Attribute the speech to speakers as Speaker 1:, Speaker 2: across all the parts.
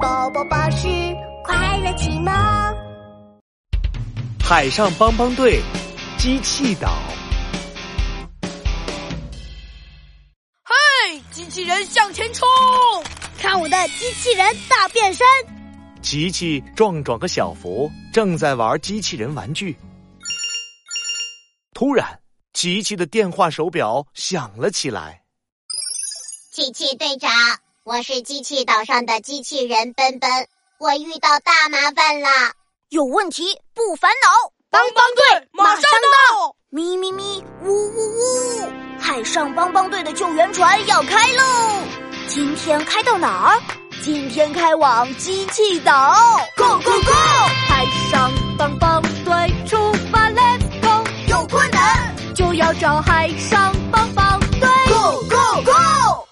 Speaker 1: 宝宝巴士快乐启蒙。
Speaker 2: 海上帮帮队，机器岛。
Speaker 3: 嘿，机器人向前冲！
Speaker 1: 看我的机器人大变身！
Speaker 2: 琪琪、壮壮和小福正在玩机器人玩具。突然，琪琪的电话手表响了起来。
Speaker 4: 琪琪队长，我是机器岛上的机器人奔奔，我遇到大麻烦啦！
Speaker 1: 有问题不烦恼，
Speaker 3: 帮帮队马上到！
Speaker 1: 咪咪咪，呜呜呜！海上帮帮队的救援船要开喽！今天开到哪儿？今天开往机器岛，Go Go Go！
Speaker 5: 海上帮帮队出发，Let's go！
Speaker 1: 有困难
Speaker 5: 就要找海上帮帮队。
Speaker 1: ，Go Go Go！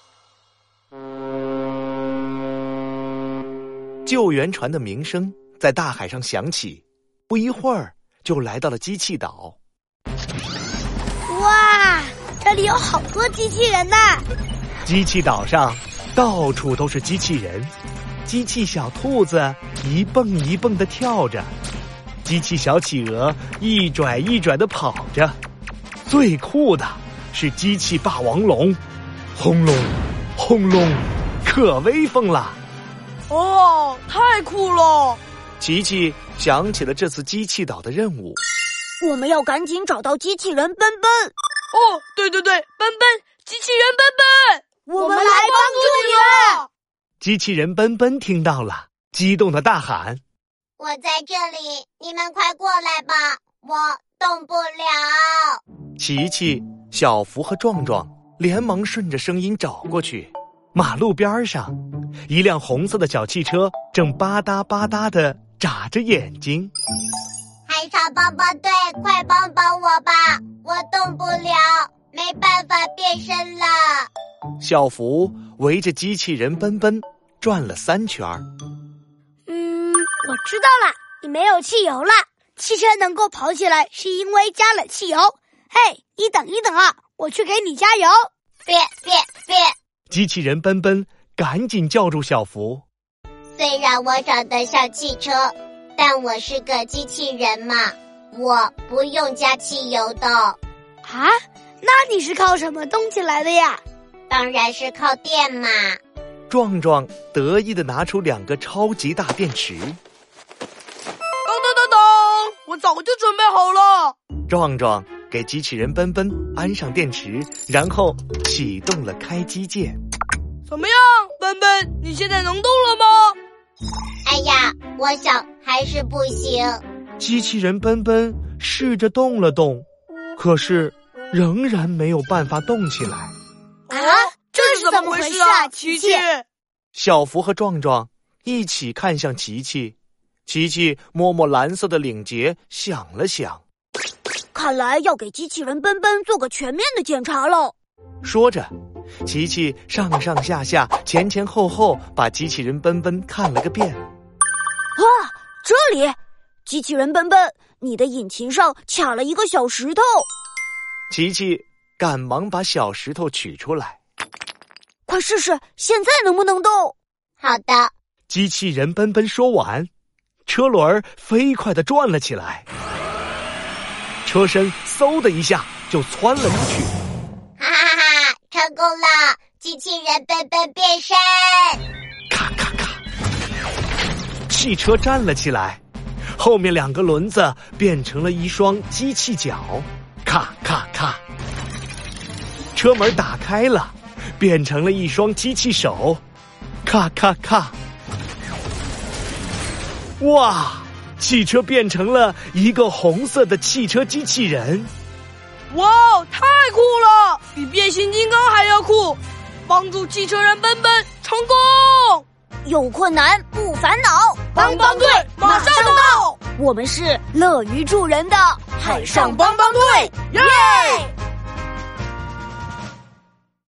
Speaker 2: 救援船的鸣声在大海上响起，不一会儿就来到了机器岛。
Speaker 1: 哇，这里有好多机器人呐、
Speaker 2: 机器岛上到处都是机器人，机器小兔子一蹦一蹦的跳着，机器小企鹅一拽一拽的跑着，最酷的是机器霸王龙，轰隆，轰隆，可威风了！
Speaker 3: 哦，太酷了！哦
Speaker 2: 琪琪想起了这次机器岛的任务，
Speaker 1: 我们要赶紧找到机器人奔奔，
Speaker 3: 哦，对对对，奔奔，机器人奔奔，
Speaker 1: 我们来帮助你
Speaker 3: 帮助
Speaker 2: 机器人奔奔听到了，激动的大喊。
Speaker 4: 我在这里，你们快过来吧，我动不了。
Speaker 2: 琪琪、小福和壮壮连忙顺着声音找过去。马路边上，一辆红色的小汽车正吧嗒吧嗒的眨着眼睛。
Speaker 4: 海上帮帮队，快帮帮我吧，我动不了，没办法变身了。
Speaker 2: 小福围着机器人奔奔转了三圈儿。
Speaker 1: 嗯，我知道了，你没有汽油了。汽车能够跑起来是因为加了汽油。嘿，你等一等啊，我去给你加油。
Speaker 4: 别别别！
Speaker 2: 机器人奔奔赶紧叫住小福。
Speaker 4: 虽然我长得像汽车，但我是个机器人嘛，我不用加汽油的，
Speaker 1: 啊，那你是靠什么动起来的呀？
Speaker 4: 当然是靠电嘛。
Speaker 2: 壮壮得意的拿出两个超级大电池。
Speaker 3: 你！等等等等，我早就准备好了。
Speaker 2: 壮壮给机器人奔奔安上电池，然后启动了开机键。
Speaker 3: 怎么样，奔奔，你现在能动了吗？
Speaker 4: 哎呀，我想还是不行。
Speaker 2: 机器人奔奔试着动了动，可是仍然没有办法动起来。
Speaker 1: 啊，
Speaker 3: 哦这是怎么回事啊，琪琪？
Speaker 2: 小福和壮壮一起看向琪琪，琪琪摸摸蓝色的领结，想了想，
Speaker 1: 看来要给机器人奔奔做个全面的检查喽。
Speaker 2: 说着，琪琪上上下下、前前后后把机器人奔奔看了个遍。
Speaker 1: 哇，这里，机器人奔奔，你的引擎上卡了一个小石头，
Speaker 2: 琪琪赶忙把小石头取出来，
Speaker 1: 快试试现在能不能动？
Speaker 4: 好的，
Speaker 2: 机器人奔奔说完，车轮儿飞快地转了起来，车身嗖的一下就窜了出去。
Speaker 4: 哈哈哈，成功了！机器人笨笨变身，
Speaker 2: 咔咔咔，汽车站了起来，后面两个轮子变成了一双机器脚，咔咔咔。车门打开了，变成了一双机器手，咔咔咔。哇，汽车变成了一个红色的汽车机器人。
Speaker 3: 哇，哦，太酷了，比变形金刚还要酷！帮助汽车人奔奔成功，
Speaker 1: 有困难不烦恼，
Speaker 3: 帮帮队马上到。
Speaker 1: 我们是乐于助人的海上帮帮队，
Speaker 3: 耶！